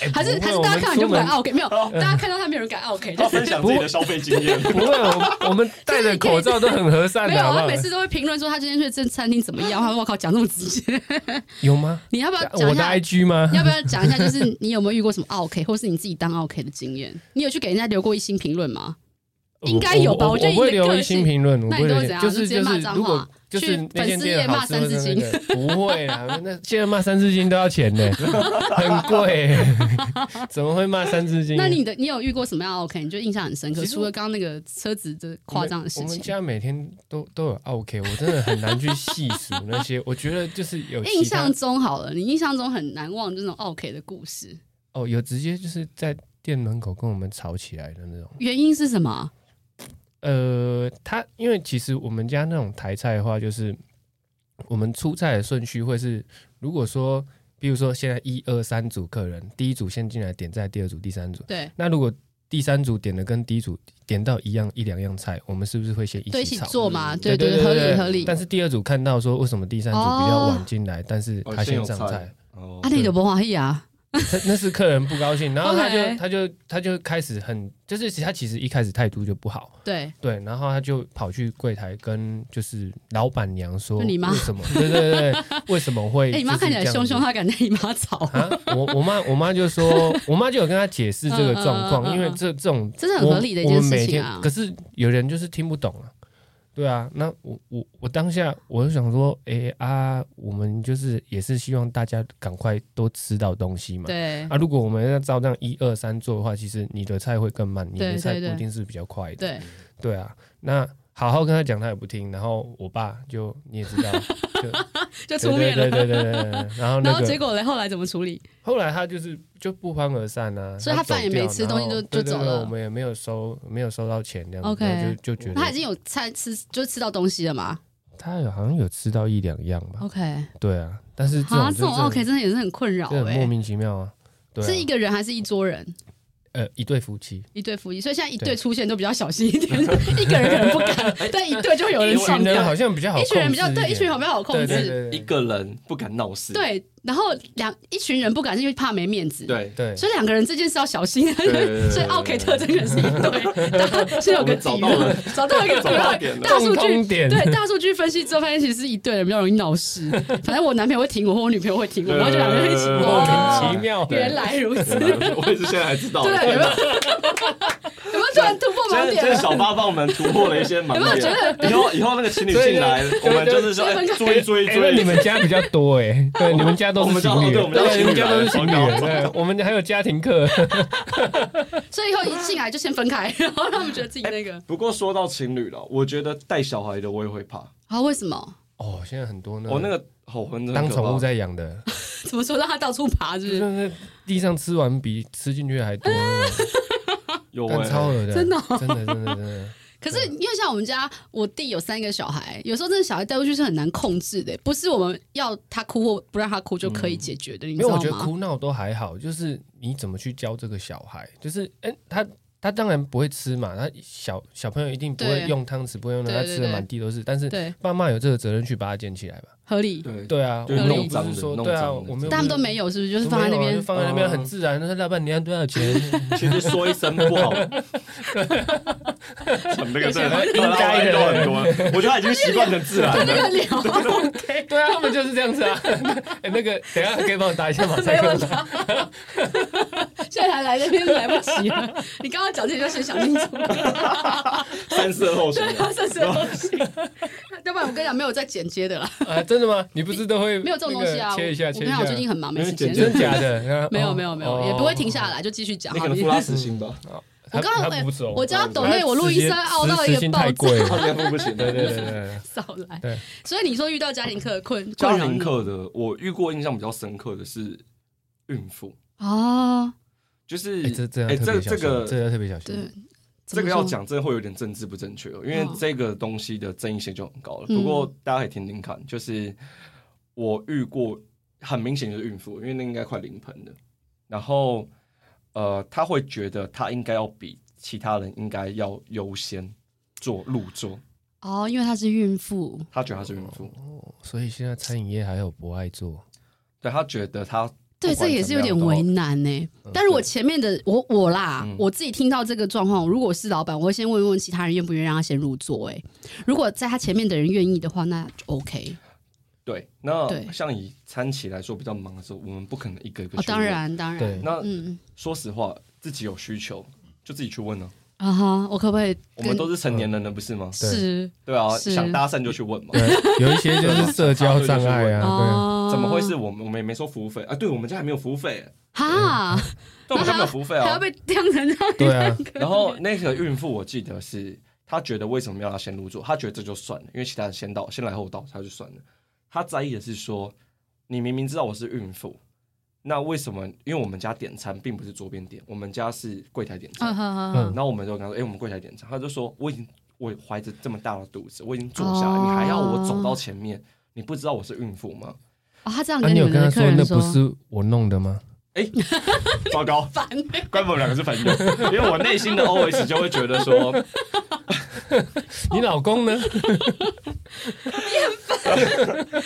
Speaker 3: 哎
Speaker 1: 还是
Speaker 3: 不
Speaker 1: 还
Speaker 3: 会
Speaker 1: 是
Speaker 3: 我
Speaker 1: 大家
Speaker 3: 们
Speaker 1: 看完就
Speaker 3: 出
Speaker 1: 不敢
Speaker 3: 门
Speaker 1: OK，没有，大 家看到他没有人敢 OK，就
Speaker 2: 他
Speaker 1: 是
Speaker 2: 分享自己的消费经验，
Speaker 3: 不会，啊我我们戴 着口罩都很和善
Speaker 1: 没
Speaker 3: 的，
Speaker 1: 有。
Speaker 3: 好不
Speaker 1: 他
Speaker 3: 好
Speaker 1: 每？次都会评论说他今天去这餐厅怎么样， 他说我靠，讲那么直接，
Speaker 3: 有吗？
Speaker 1: 你要不要讲
Speaker 3: 我
Speaker 1: 一
Speaker 3: 的
Speaker 1: 下？
Speaker 3: IG 吗？
Speaker 1: 要不要讲一下？就是你有没有遇过什么 OK，或是你自己当 OK 的经验？你有去给人家留过一星评论吗？应该有吧
Speaker 3: 我
Speaker 1: 我觉得
Speaker 3: 我不会
Speaker 1: 你的
Speaker 3: 留
Speaker 1: 个
Speaker 3: 一
Speaker 1: 性
Speaker 3: 星评论，我
Speaker 1: 那
Speaker 3: 不
Speaker 1: 你都
Speaker 3: 会留
Speaker 1: 会
Speaker 3: 一
Speaker 1: 怎样
Speaker 3: 星，就是
Speaker 1: 直接
Speaker 3: 就
Speaker 1: 骂
Speaker 3: 是，
Speaker 1: 脏
Speaker 3: 如
Speaker 1: 话
Speaker 3: 果就
Speaker 1: 去
Speaker 3: 是那
Speaker 1: 粉
Speaker 3: 间
Speaker 1: 丝
Speaker 3: 店
Speaker 1: 页
Speaker 3: 好
Speaker 1: 骂
Speaker 3: 吃
Speaker 1: 三
Speaker 3: 的
Speaker 1: 字
Speaker 3: 那个不会啦，那现在骂三字经都要钱呢，很贵 欸，怎么会骂三字经？
Speaker 1: 那你的你有遇过什么样的 OK？你就印象很深刻，
Speaker 3: 其实
Speaker 1: 除
Speaker 3: 我
Speaker 1: 了刚刚那个车子的夸张的事
Speaker 3: 我们我们
Speaker 1: 情。
Speaker 3: 家每天都都有 OK，我真的很难去细数那些。我觉得就是有其他
Speaker 1: 印象中好了，你印象中很难忘就那种 OK 的故事，
Speaker 3: 哦，有直接就是在店门口跟我们吵起来的那种。
Speaker 1: 原因是什么？
Speaker 3: 呃，他因为其实我们家那种台菜的话，就是我们出菜的顺序会是，如果说比如说现在一二三组客人，第一组先进来点菜，第二组、第三组。
Speaker 1: 对，
Speaker 3: 那如果第三组点的跟第一组点到一样一两样菜，我们是不是会先一
Speaker 1: 对，一
Speaker 3: 起
Speaker 1: 起
Speaker 3: 炒？
Speaker 1: 做嘛，
Speaker 3: 对
Speaker 1: 对，
Speaker 3: 对
Speaker 1: 合理合理。
Speaker 3: 但是第二组看到说为什么第三组比较晚进来，但是他
Speaker 2: 哦
Speaker 3: 先上
Speaker 2: 先有
Speaker 3: 菜
Speaker 2: 菜，哦
Speaker 1: 啊，，你就不欢喜啊？
Speaker 3: 那那是客人不高兴，然后他
Speaker 1: OK
Speaker 3: 就他就他就开始很就是其实他其实一开始态度就不好，
Speaker 1: 对，
Speaker 3: 对，然后他就跑去柜台跟就是老板娘说，
Speaker 1: 就你妈
Speaker 3: 为什么？对对对，对为什么 会？
Speaker 1: 哎，你妈看起来凶凶，。她敢跟你妈吵，
Speaker 3: 啊，我我妈我妈就说，我妈就有跟他解释这个状
Speaker 1: 嗯嗯嗯嗯嗯
Speaker 3: 况，因为这这种
Speaker 1: 这是很合理的一
Speaker 3: 我我
Speaker 1: 件
Speaker 3: 们每
Speaker 1: 事情
Speaker 3: 天
Speaker 1: 啊
Speaker 3: 可。是有人就是听不懂啊，对啊。那我我我当下我就想说，哎、啊，我们就是也是希望大家赶快多吃到东西嘛。
Speaker 1: 对
Speaker 3: 啊，如果我们要照这样一二三做的话，其实你的菜会更慢，你
Speaker 1: 对
Speaker 3: 的菜
Speaker 1: 对对
Speaker 3: 不一定是比较快的。
Speaker 1: 对，
Speaker 3: 对啊，那好好跟他讲，他也不听。然后我爸就你也知 道，
Speaker 1: 就
Speaker 3: 对
Speaker 1: 出面
Speaker 3: 对
Speaker 1: 了。
Speaker 3: 对对对对对。然后
Speaker 1: 然
Speaker 3: 那
Speaker 1: 后结
Speaker 3: 个
Speaker 1: 果嘞，后来怎么处理？
Speaker 3: 后来他就是就不欢而散啊，
Speaker 1: 所以他
Speaker 3: 走
Speaker 1: 饭也没
Speaker 3: 掉
Speaker 1: 吃
Speaker 3: 然
Speaker 1: 东西
Speaker 3: 后
Speaker 1: 就就
Speaker 3: 对对
Speaker 1: 走
Speaker 3: 对
Speaker 1: 了
Speaker 3: 我们也没有收没有收到钱这样子
Speaker 1: OK
Speaker 3: 然后就就觉得
Speaker 1: 他已经有菜吃，就吃到东西了嘛
Speaker 3: 他有好像有吃到一两样吧，
Speaker 1: ？OK，
Speaker 3: 对啊，但是这种
Speaker 1: 啊，哦
Speaker 3: 就
Speaker 1: 这种
Speaker 3: 真的
Speaker 1: OK 真的也是很困扰
Speaker 3: 这很莫
Speaker 1: 哎。
Speaker 3: 名其妙啊，对啊，
Speaker 1: 是一个人还是一桌人？
Speaker 3: 呃一对夫妻，
Speaker 1: 一对夫妻，所以现在一对
Speaker 3: 对
Speaker 1: 出现都比较小心一点， 一个人可能不敢，但一对就会有人
Speaker 3: 一
Speaker 1: 上
Speaker 3: 群人
Speaker 1: 当。
Speaker 3: 好像比较好
Speaker 1: 一
Speaker 3: 控制
Speaker 1: 群
Speaker 3: 点，
Speaker 1: 人比较对，一群人比较好控
Speaker 3: 对对
Speaker 1: 制。
Speaker 2: 一
Speaker 3: 对对
Speaker 2: 个人不敢闹事，
Speaker 1: 对，然后两一群人不敢是因为怕没面子。，
Speaker 2: 对，
Speaker 3: 对
Speaker 1: 所以两个人这件事要小心。
Speaker 2: 对对 对
Speaker 1: 所以奥 K 特征人是一对， 大家是有个底
Speaker 2: 我们找到
Speaker 1: 的找到
Speaker 2: 了，
Speaker 1: 一个
Speaker 2: 找
Speaker 1: 对
Speaker 2: 到
Speaker 1: 话
Speaker 2: 点了
Speaker 1: 大数
Speaker 3: 共
Speaker 1: 据
Speaker 3: 通点
Speaker 1: 对大数据分析之后，发现其实是一对的比较容易闹事。反正我男朋友会挺我，或我女朋友会挺我，然后就两个人一起。
Speaker 2: 对
Speaker 3: 莫
Speaker 1: 哇
Speaker 3: 名其妙的，
Speaker 1: 原来如此，对，
Speaker 2: 我也是现在才知道，
Speaker 1: 有没有 有没有突然突破盲
Speaker 2: 真的真的
Speaker 1: 点？
Speaker 2: 小八帮我们突破了一些盲
Speaker 1: 有没有觉得
Speaker 2: 点。以后以后那个情侣进来，我们就是说
Speaker 1: 对对
Speaker 2: 哎追追
Speaker 3: 哎那
Speaker 2: 追，
Speaker 3: 你们家比较多哎、 对，你们家都
Speaker 2: 我
Speaker 3: 是
Speaker 2: 们家
Speaker 3: 情侣，
Speaker 2: 对哦我们家
Speaker 3: 你们家都是情
Speaker 2: 情
Speaker 3: 侣，
Speaker 2: 侣
Speaker 3: 对，我们还有家庭课，
Speaker 1: 所以以后一进来就先分开，然后让他们觉得自己那个
Speaker 2: 不过说到情侣了，我觉得带小孩的我也会怕。
Speaker 1: 啊？为什么？
Speaker 3: 哦，现在很多呢，
Speaker 2: 我那个吼魂真的
Speaker 3: 当
Speaker 2: 很可怕
Speaker 3: 宠物，在养的，
Speaker 1: 怎么说让他到处爬？是不？
Speaker 3: 就是是地上吃完比吃进去的还多，
Speaker 2: 有
Speaker 3: 干超
Speaker 2: 哎，
Speaker 3: 恶的，
Speaker 1: 真的哦
Speaker 3: 真的，真的，真 的，
Speaker 1: 可是因为像我们家，我弟有三个小孩，有时候真的小孩带过去是很难控制的，不是我们要他哭或不让他哭就可以解决的，你
Speaker 3: 因
Speaker 1: 知
Speaker 3: 为我
Speaker 1: 道
Speaker 3: 觉得
Speaker 1: 吗？
Speaker 3: 哭闹都还好，就是你怎么去教这个小孩，就是哎、他他当然不会吃嘛，他小小朋友一定不会
Speaker 1: 对
Speaker 3: 用汤匙，不会用的，
Speaker 1: 对
Speaker 3: 他
Speaker 1: 对
Speaker 3: 吃的
Speaker 1: 对
Speaker 3: 满地都是，但是
Speaker 1: 对，
Speaker 3: 爸妈有这个责任去把它捡起来吧。
Speaker 1: 合理。
Speaker 2: 对
Speaker 3: 对啊，
Speaker 2: 就
Speaker 3: 我
Speaker 1: 是
Speaker 3: 们
Speaker 1: 弄
Speaker 3: 又不
Speaker 2: 脏
Speaker 3: 是
Speaker 2: 的
Speaker 3: 说
Speaker 2: 弄
Speaker 3: 对啊，
Speaker 2: 脏的
Speaker 3: 我们又
Speaker 1: 但他们都
Speaker 3: 不是
Speaker 1: 没有，是不是？就是放在那
Speaker 3: 都没有啊
Speaker 1: 边
Speaker 3: 就，放在那边
Speaker 2: 哦
Speaker 3: 很自然。那老板娘多少钱？
Speaker 2: 其实说一声不 好，很那个真的
Speaker 3: 应该的
Speaker 2: 都很多，我觉得他已经习惯成自然
Speaker 1: 在
Speaker 2: 了。
Speaker 1: 那个 聊，
Speaker 3: 对啊，他们就是这样子啊。 哎那个，等一下可以帮我打一下马
Speaker 1: 没
Speaker 3: 赛克
Speaker 1: 问
Speaker 3: 吗
Speaker 1: 题？。 现在还来那边来不及了。你刚刚讲这些就先想清 楚，
Speaker 2: 三思而后行
Speaker 1: 对
Speaker 2: 啊，
Speaker 1: 啊，这是东西。 要不然我跟你讲，没有在剪接的啦，
Speaker 3: 啊，真的吗？你不是都会
Speaker 1: 没有这种东西啊。
Speaker 3: 那个
Speaker 1: 我
Speaker 3: 切一下，
Speaker 1: 我
Speaker 3: 切
Speaker 1: 跟你
Speaker 3: 一下。
Speaker 1: 讲，我最近很忙，没时间。
Speaker 3: 真假 的？
Speaker 1: 没有没有没
Speaker 3: 哦
Speaker 1: 有，也不会停下
Speaker 3: 来。
Speaker 1: 来，就继续讲。
Speaker 2: 你
Speaker 1: 好
Speaker 2: 可能
Speaker 1: 你
Speaker 2: 付他死心
Speaker 3: 嗯
Speaker 2: 吧，
Speaker 1: 我
Speaker 3: 他
Speaker 1: 刚刚
Speaker 3: 他
Speaker 1: 哎
Speaker 3: 不走，
Speaker 1: 我知道
Speaker 2: 他不
Speaker 1: 抖内我录音
Speaker 3: 时
Speaker 1: 声熬到一
Speaker 3: 时
Speaker 1: 个
Speaker 3: 薪
Speaker 1: 爆
Speaker 3: 太
Speaker 1: 炸，
Speaker 3: 贵
Speaker 2: 他
Speaker 3: 了。
Speaker 2: 应该付不起的。
Speaker 3: 对对对对对，
Speaker 1: 少来。
Speaker 3: 对
Speaker 1: 所以你说遇到家庭课困
Speaker 2: 家
Speaker 1: 困扰
Speaker 2: 庭
Speaker 1: 你
Speaker 2: 课的，我遇过印象比较深刻的是孕妇，
Speaker 1: 哦，
Speaker 2: 就是
Speaker 3: 哎这这
Speaker 2: 哎
Speaker 3: 样特
Speaker 2: 这
Speaker 3: 别小
Speaker 2: 这
Speaker 3: 心，
Speaker 2: 个
Speaker 3: 这个要特别小
Speaker 1: 对
Speaker 3: 心。，
Speaker 1: 怎么
Speaker 2: 这个要
Speaker 1: 说，
Speaker 2: 讲，真的会有点政治不正确哦，因为
Speaker 1: 嗯
Speaker 2: 这个东西的争议性就很高了。
Speaker 1: 嗯
Speaker 2: 不过大家可以听听看，就是我遇过，很明显就是孕妇，因为那应该快临盆了。然后，呃，她会觉得她应该要比其他人应该要优先做入座，
Speaker 1: 哦，因为她是孕妇，
Speaker 2: 她觉得她是孕妇，
Speaker 3: 哦所以现在餐饮业还有不爱做，
Speaker 2: 对她觉得她
Speaker 1: 对，
Speaker 2: 不
Speaker 1: 这
Speaker 2: 管
Speaker 1: 也
Speaker 2: 怎
Speaker 1: 是有
Speaker 2: 么样
Speaker 1: 点
Speaker 2: 都
Speaker 1: 为难呢、但是我前面的我我啦，
Speaker 2: 嗯
Speaker 1: 我自己听到这个状况，如果是老板，我会先问一问其他人愿不愿意让他先入座、欸。如果在他前面的人愿意的话，那就 OK。
Speaker 2: 对。那
Speaker 1: 对
Speaker 2: 像以餐企来说比较忙的时候，我们不可能一个一个
Speaker 1: 哦，
Speaker 2: 去
Speaker 1: 当
Speaker 2: 问。
Speaker 1: 然当然
Speaker 3: 对，
Speaker 2: 那
Speaker 1: 嗯，
Speaker 2: 说实话，自己有需求就自己去问呢、
Speaker 1: 啊哈，我可不可以
Speaker 2: 我们
Speaker 1: 跟
Speaker 2: 都是成年人了，不是吗？
Speaker 3: 对
Speaker 1: 是
Speaker 2: 对啊，
Speaker 1: 是
Speaker 2: 想搭讪就去问嘛。
Speaker 3: 对，有一些就是社交障碍啊，
Speaker 1: 哦？
Speaker 2: 怎么会是我们？我们也没收服务费啊，对我们家还没有服务费，
Speaker 1: 哈？
Speaker 2: 对，我们家没有服务费
Speaker 1: 还要
Speaker 2: 哦。
Speaker 1: 被晾成这样？
Speaker 3: 对 对啊，
Speaker 2: 然后那个孕妇，我记得是她觉得为什么要她先入座，她觉得这就算了，因为其他人先到，先来后到，她就算了。她在意的是说，你明明知道我是孕妇，那为什么？因为我们家点餐并不是桌边点，我们家是柜台点餐。
Speaker 1: 嗯哼哼哼
Speaker 2: 然后我们就跟他说：“哎、我们柜台点餐。”他就说：“我已经我怀着这么大的肚子，我已经坐下了，
Speaker 1: 哦
Speaker 2: 你还要我走到前面？你不知道我是孕妇吗
Speaker 1: 哦，他这样
Speaker 3: 啊，
Speaker 1: 跟
Speaker 3: 你有
Speaker 1: 们
Speaker 3: 跟
Speaker 1: 的
Speaker 3: 他
Speaker 1: 客
Speaker 3: 说
Speaker 1: 人
Speaker 3: 那不是我弄的吗？？”
Speaker 2: 哎 糟糕，
Speaker 1: 烦欸
Speaker 2: 怪不得我们两个是朋友，因为我内心的 OS 就会觉得说，
Speaker 1: 哦
Speaker 3: 你老公呢？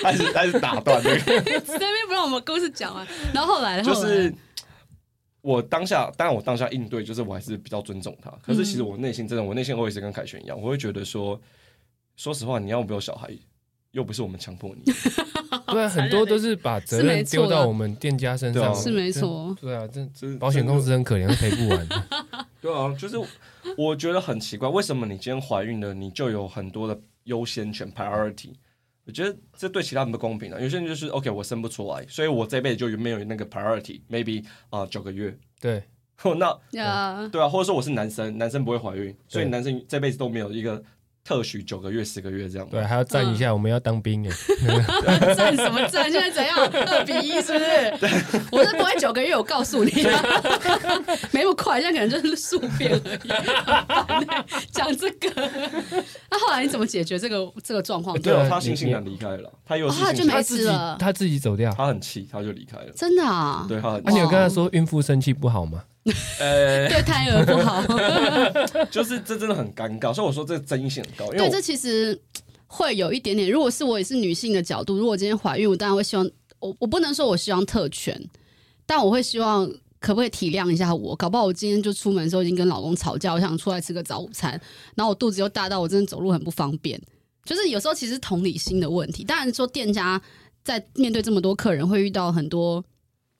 Speaker 2: 他是他是打断这个，
Speaker 1: 在那边不让我们故事讲完，然后后来
Speaker 2: 就
Speaker 1: 后来
Speaker 2: 是我当下，当然我当下应对就是我还是比较尊重他，可是
Speaker 1: 嗯
Speaker 2: 其实我内心真的，我内心 OS 跟凯旋一样，我会觉得说，说实话，你要没有小孩，又不是我们强迫你，
Speaker 1: 哦
Speaker 3: 对啊，很多都是把责
Speaker 1: 是没
Speaker 3: 任
Speaker 1: 错
Speaker 3: 丢
Speaker 1: 的
Speaker 3: 到我们店家身
Speaker 2: 对啊
Speaker 3: 上，
Speaker 1: 是没错
Speaker 3: 这。对啊，这
Speaker 2: 这
Speaker 3: 保险公司很可怜，赔 不完。
Speaker 2: 对啊，就是我觉得很奇怪，为什么你今天怀孕了，你就有很多的优先权 priority？我觉得这对其他人不公平啊。有些人就是 OK，我生不出来，所以我这辈子就没有那个 priority，maybe 啊、九个月。
Speaker 3: 对，
Speaker 2: 那
Speaker 1: 呀，
Speaker 2: 对啊，或者说我是男生，男生不会怀孕，所以
Speaker 3: 对
Speaker 2: 男生这辈子都没有一个特许九个月、十个月这样。
Speaker 3: 对，，啊还要站一
Speaker 1: 嗯
Speaker 3: 下，我们要当兵哎。
Speaker 1: 站什么站？现在怎样？二比一是不是？我是不会九个月，我告诉你 啊，没那么快，现在可能就是宿便而已。很烦欸讲这个，那后来你怎么解决这个这个状况？
Speaker 2: 对
Speaker 3: 对
Speaker 2: 啊，
Speaker 3: 啊
Speaker 2: 他
Speaker 3: 你
Speaker 2: 悻悻然
Speaker 3: 你
Speaker 2: 离开了，他又
Speaker 1: 哦
Speaker 2: 是
Speaker 1: 他
Speaker 2: 悻
Speaker 1: 就
Speaker 2: 悻
Speaker 1: 没
Speaker 3: 他
Speaker 1: 事
Speaker 3: 自己
Speaker 1: 了
Speaker 3: 他自己走掉。啊
Speaker 2: 他很气，他就离开 了。
Speaker 1: 真的啊，
Speaker 2: 对他很
Speaker 3: 啊，你有跟他说孕妇生气不好吗？
Speaker 2: 呃，
Speaker 1: 对胎儿不好。
Speaker 2: 就是这真的很尴尬，所以我说这争议性很高，因为
Speaker 1: 对，
Speaker 2: 我
Speaker 1: 这其实会有一点点。如果是我也是女性的角度，如果今天怀孕，我当然会希望我我不能说我希望特权，但我会希望可不可以体谅一下我？搞不好我今天就出门的时候已经跟老公吵架，我想出来吃个早午餐，然后我肚子又大到我真的走路很不方便。就是有时候其实是同理心的问题，当然说店家在面对这么多客人，会遇到很多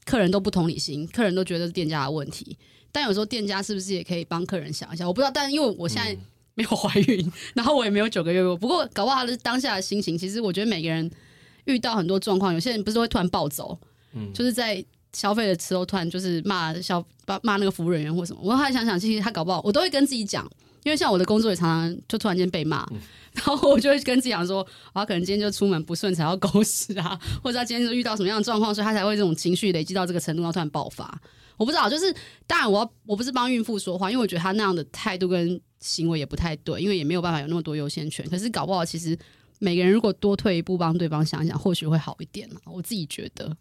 Speaker 1: 客人都不同理心，客人都觉得是店家的问题。但有时候店家是不是也可以帮客人想一下？我不知道，但因为我现
Speaker 2: 嗯
Speaker 1: 在没有怀孕，然后我也没有九个月过。不过搞不好他是当下的心情。其实我觉得每个人遇到很多状况，有些人不是会突然暴走，
Speaker 2: 嗯
Speaker 1: 就是在消费的时候突然就是骂消骂骂那个服务人员或什么。我后来想想，其实他搞不好我都会跟自己讲。因为像我的工作也常常就突然间被骂， 然后我就会跟自己讲说，啊，可能今天就出门不顺才要狗屎啊， 或者他今天就遇到什么样的状况，所以他才会这种情绪累积到这个程度，然后突然爆发。我不知道，就是当然我要我不是帮孕妇说话，因为我觉得她那样的态度跟行为也不太对，因为也没有办法有那么多优先权。可是搞不好其实每个人如果多退一步帮对方想一想，或许会好一点啦。我自己觉得，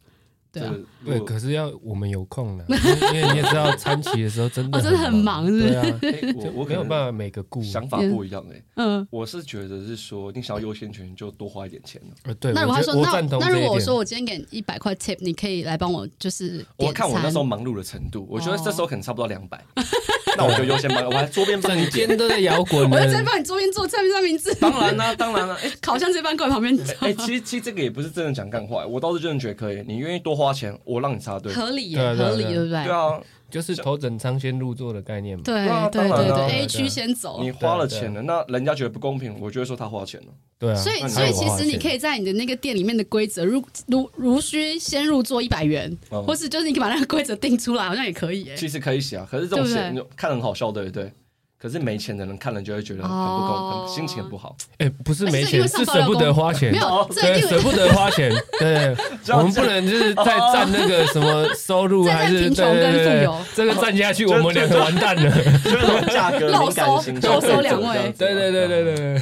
Speaker 1: 对啊，
Speaker 2: 这
Speaker 3: 对，
Speaker 2: 如果
Speaker 3: 可是要我们有 空了，因为因为你也知道餐期的时候真的
Speaker 1: 哦真的很忙是不是
Speaker 3: 对啊，
Speaker 2: 哎我
Speaker 3: 就
Speaker 2: 我可
Speaker 3: 没有
Speaker 2: 能
Speaker 3: 办法每个顾。
Speaker 2: 想法不一样哎、
Speaker 1: 嗯。
Speaker 2: 我是觉得是说，你想要优先权就多花一点钱、啊、
Speaker 3: 呃，对，
Speaker 1: 那如果
Speaker 3: 我
Speaker 1: 他
Speaker 3: 觉
Speaker 1: 说
Speaker 3: 得我
Speaker 1: 那
Speaker 3: 赞同
Speaker 1: 那如
Speaker 3: 这一
Speaker 1: 果我
Speaker 3: 点
Speaker 1: 说我今天给一百块 tip，你可以来帮我就是
Speaker 2: 我看我那
Speaker 1: 点
Speaker 2: 时候
Speaker 1: 餐哦
Speaker 2: 忙碌的程度，我觉得这时候可能差不多两百， 那我就优先帮，我还桌边放一
Speaker 3: 整
Speaker 2: 点。
Speaker 3: 间都在摇滚
Speaker 1: 我就直接
Speaker 3: 呢。
Speaker 1: 帮你桌边做菜上名字，
Speaker 2: 当然啦、当然啦、哎、
Speaker 1: 烤箱直接搬过来旁边
Speaker 2: 哎、 其实其实这个也不是真的讲干话、我倒是真的觉得可以。你愿意多花钱，我让你插队。
Speaker 1: 合理耶
Speaker 3: 对啊对啊
Speaker 1: 合理
Speaker 3: 对啊
Speaker 1: 对不对
Speaker 2: 对？啊，
Speaker 3: 就是头等舱先入座的概念嘛。
Speaker 1: 对
Speaker 2: 对啊
Speaker 1: 对
Speaker 2: 当然
Speaker 1: 对
Speaker 2: 啊
Speaker 1: 对
Speaker 3: 对
Speaker 1: ，A
Speaker 3: 啊
Speaker 1: 区先走
Speaker 2: 你，花了
Speaker 1: 啊
Speaker 2: 钱了，那人家觉得不公平，我就会说他花钱了。
Speaker 3: 对啊，
Speaker 1: 所以
Speaker 2: 那你
Speaker 1: 所以
Speaker 2: 还有
Speaker 1: 其实你可
Speaker 3: 以
Speaker 1: 以在你的那个店里面的规则，如如如需先入座一百元，
Speaker 2: 嗯
Speaker 1: 或是就是你可以把那个规则定出来，好像也可以耶。
Speaker 2: 其实可以写啊，可是这种
Speaker 1: 对不对
Speaker 2: 写看很好笑，对不对？可是没钱的人看了就会觉得很不公，
Speaker 1: 哦
Speaker 2: 很心情很不好。
Speaker 3: 哎，不是没
Speaker 1: 而
Speaker 3: 钱，
Speaker 1: 且这个
Speaker 3: 是
Speaker 1: 上班
Speaker 3: 舍
Speaker 1: 要
Speaker 3: 不得花钱
Speaker 1: 没。有，这
Speaker 3: 对
Speaker 1: 一，定
Speaker 3: 舍不得花 钱。对，
Speaker 2: 哦这样
Speaker 3: 我们不能就是再占那个什么收 入
Speaker 1: 站在
Speaker 3: 还是
Speaker 1: 贫
Speaker 3: 对
Speaker 1: 穷
Speaker 3: 对
Speaker 1: 跟
Speaker 3: 对
Speaker 1: 富
Speaker 3: 对
Speaker 1: 有，
Speaker 3: 这个占下去
Speaker 2: 就
Speaker 3: 我们两个完蛋了。
Speaker 2: 就是那种价格敏感的心 情
Speaker 1: 漏收漏收两位
Speaker 2: 啊
Speaker 3: 对 对对对对对。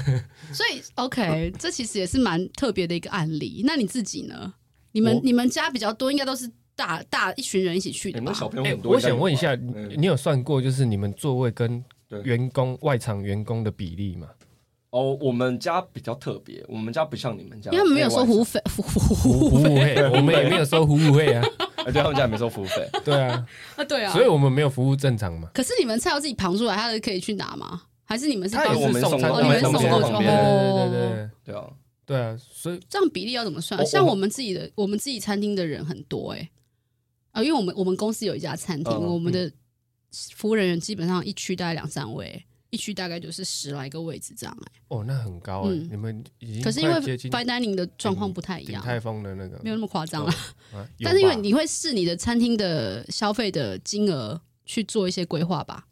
Speaker 1: 所以
Speaker 2: 嗯
Speaker 1: OK，这其实也是蛮特别的一个案例。那你自己呢？你们
Speaker 3: 我
Speaker 1: 你们家比较多，应该都是大大一群人一起去
Speaker 2: 你
Speaker 1: 的吧
Speaker 2: 们？小朋友
Speaker 3: 哎、
Speaker 2: 很多。
Speaker 3: 我想问一下，
Speaker 2: 嗯
Speaker 3: 你你有算过就是你们座位跟
Speaker 2: 对
Speaker 3: 员工外场员工的比例吗？
Speaker 2: 哦，我们家比较特别，我们家不像你们家，
Speaker 1: 因为他们没有收
Speaker 2: 服
Speaker 1: 服
Speaker 2: 务
Speaker 1: 务费，服服
Speaker 3: 服
Speaker 1: 务
Speaker 3: 务
Speaker 1: 费
Speaker 3: 费，我们也没有收服务 费啊，
Speaker 2: 费，呃对，他们家也没收服务费。
Speaker 3: 对啊，
Speaker 1: 啊，对啊
Speaker 3: 所。以我们没有服务正常嘛。
Speaker 1: 可是你们菜要自己扛出来，他可以去拿吗？还是你们是
Speaker 3: 他
Speaker 1: 帮
Speaker 3: 也
Speaker 2: 我们送
Speaker 3: 餐
Speaker 1: 哦你们
Speaker 3: 送
Speaker 1: 送过去
Speaker 3: 旁边，
Speaker 1: 哦
Speaker 3: 对对对对
Speaker 2: 对啊，
Speaker 3: 对啊，所以
Speaker 1: 这样比例要怎么算？
Speaker 2: 我
Speaker 1: 像
Speaker 2: 我
Speaker 1: 我们自己的，我们自己餐厅的人很多哎、啊，因为我们我们公司有一家餐厅，
Speaker 2: 嗯
Speaker 1: 我们的服务人员基本上一区大概两三位，一区大概就是十来个位置这样、欸。
Speaker 3: 哦，那很高哎、
Speaker 1: 嗯
Speaker 3: 你们已经
Speaker 1: 可是因为
Speaker 3: 快接近哎
Speaker 1: fine dining 的状况不太一
Speaker 3: 鼎
Speaker 1: 样，
Speaker 3: 泰丰的那个
Speaker 1: 没有那么夸张啦。
Speaker 3: 哦啊有
Speaker 1: 但是因为
Speaker 3: 吧
Speaker 1: 你会视你的餐厅的消费的金额去做一些规划吧？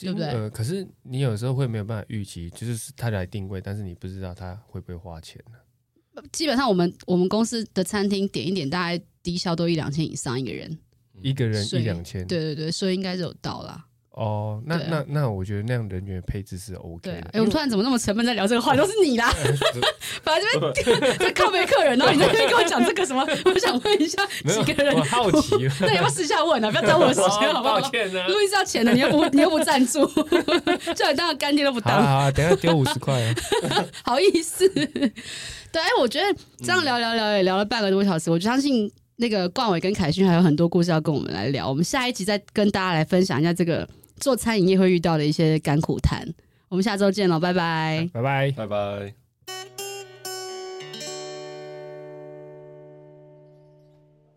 Speaker 1: 对不对
Speaker 3: 呃，可是你有时候会没有办法预期，就是他来定位，但是你不知道他会不会花钱啊呢、
Speaker 1: 基本上我们我们公司的餐厅点一点大概低消都一两千以上一个人，
Speaker 3: 一个人
Speaker 1: 所
Speaker 3: 一
Speaker 1: 以
Speaker 3: 两千，
Speaker 1: 对对对，所以应该是有到啦。
Speaker 3: 哦，那
Speaker 1: 对啊
Speaker 3: 那那我觉得那样人员配置是 OK
Speaker 1: 对
Speaker 3: 的
Speaker 1: 啊，。哎、
Speaker 3: 因
Speaker 1: 我
Speaker 3: 为
Speaker 1: 突然怎么那么沉闷在聊这个话，都是你 啦，反正这边 在靠背客人，然后你在那边跟我讲这个什么，我想问一下
Speaker 3: 没有
Speaker 1: 几个人，
Speaker 3: 我，好奇了
Speaker 1: 那你要不要私下问啊？不要耽误我的时间好不好
Speaker 3: 哦抱？歉啊。
Speaker 1: 录音是要钱的，你又不 你又不赞助，叫你当个干爹都 不
Speaker 3: 好啊
Speaker 1: 当，
Speaker 3: 好啊，等一下丢五十块啊。
Speaker 1: 好意思。对，哎，我觉得这样聊聊聊也聊了半个多小时，我相信那个冠伟跟凯勋还有很多故事要跟我们来聊，我们下一集再跟大家来分享一下这个做餐饮业会遇到的一些甘苦谈。我们下周见喽，拜拜。
Speaker 3: 拜拜。
Speaker 2: 拜拜。